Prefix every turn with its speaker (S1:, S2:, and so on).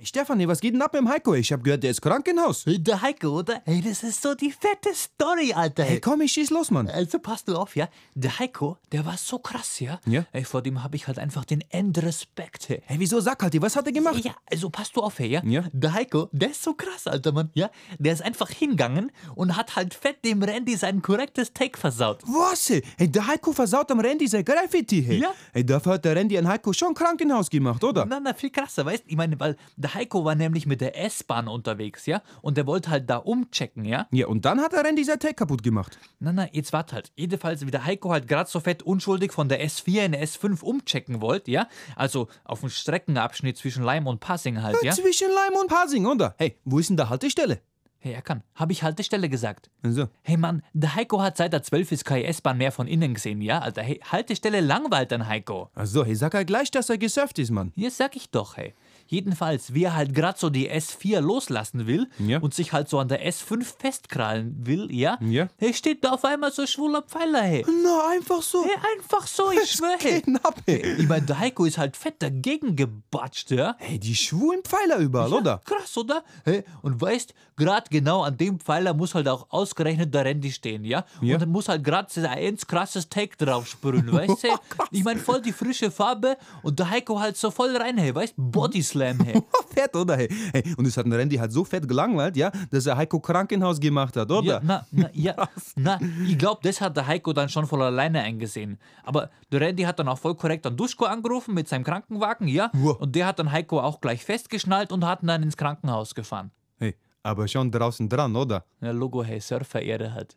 S1: Hey Stefanie, was geht denn ab mit dem Heiko? Ich hab gehört, der ist Krankenhaus.
S2: Der Heiko, oder? Ey, das ist so die fette Story, Alter.
S1: Hey, komm, ich schieß los, Mann.
S2: Also passt du auf, ja? Der Heiko, der war so krass, ja?
S1: Ja.
S2: Ey, vor dem habe ich halt einfach den Endrespekt. Hey.
S1: Hey, wieso sag halt die, was hat er gemacht?
S2: Ja, also passt du auf, hey, ja?
S1: Ja.
S2: Der Heiko, der ist so krass, alter Mann, ja? Der ist einfach hingegangen und hat halt fett dem Randy sein korrektes Take versaut.
S1: Was? ey? Hey, der Heiko versaut am Randy sein Graffiti, hey.
S2: Ja.
S1: Hey, dafür hat der Randy ein Heiko schon Krankenhaus gemacht, oder?
S2: Na, na, viel krasser, weißt Ich meine, weil der Heiko war nämlich mit der S-Bahn unterwegs, ja? Und der wollte halt da umchecken, ja?
S1: Ja, und dann hat der Randy sein Tag kaputt gemacht.
S2: Na, na, jetzt wart halt. Jedenfalls, wie der Heiko halt gerade so fett unschuldig von der S4 in der S5 umchecken wollt, ja? Also auf dem Streckenabschnitt zwischen Leim und Passing halt, ja?
S1: Zwischen Leim und Pasing, oder? Hey, wo ist denn der Haltestelle?
S2: Hey, er kann. Hab ich Haltestelle gesagt.
S1: Also,
S2: Hey Mann, der Heiko hat seit der 12 ist keine S-Bahn mehr von innen gesehen, ja? Alter, hey, Haltestelle langweilt an Heiko.
S1: also, hey, sag halt gleich, dass er gesurft ist, Mann.
S2: Hier sag ich doch, hey. Jedenfalls, wie er halt gerade so die S4 loslassen will
S1: Ja.
S2: und sich halt so an der S5 festkrallen will, ja?
S1: Ja.
S2: Hey, steht da auf einmal so ein schwuler Pfeiler, hey.
S1: Na, einfach so.
S2: Hey, einfach so, ich schwöre, hey.
S1: Knapp, hey.
S2: Ich meine, der Heiko ist halt fett dagegen gebatscht, ja?
S1: Hey, die schwulen Pfeiler überall, oder?
S2: Krass, oder? Hey, und weißt, gerade genau an dem Pfeiler muss halt auch ausgerechnet der Randy stehen, ja?
S1: Ja.
S2: Und dann muss halt gerade sein eins krasses Tag drauf sprühen, weißt du? Ich meine, voll die frische Farbe und der Heiko halt so voll rein, hey, weißt? Body Slam, hey.
S1: Fett, oder? Hey. hey. Und es hat den Randy halt so fett gelangweilt, ja, dass er Heiko Krankenhaus gemacht hat, oder?
S2: Ja, na, na, ja, na, ich glaube, das hat der Heiko dann schon von alleine eingesehen. Aber der Randy hat dann auch voll korrekt an Duschko angerufen mit seinem Krankenwagen, ja?
S1: Uah.
S2: Und der hat dann Heiko auch gleich festgeschnallt und hat ihn dann ins Krankenhaus gefahren.
S1: Hey, aber schon draußen dran, oder?
S2: Ja, Logo, hey, Surfer-Ehre halt.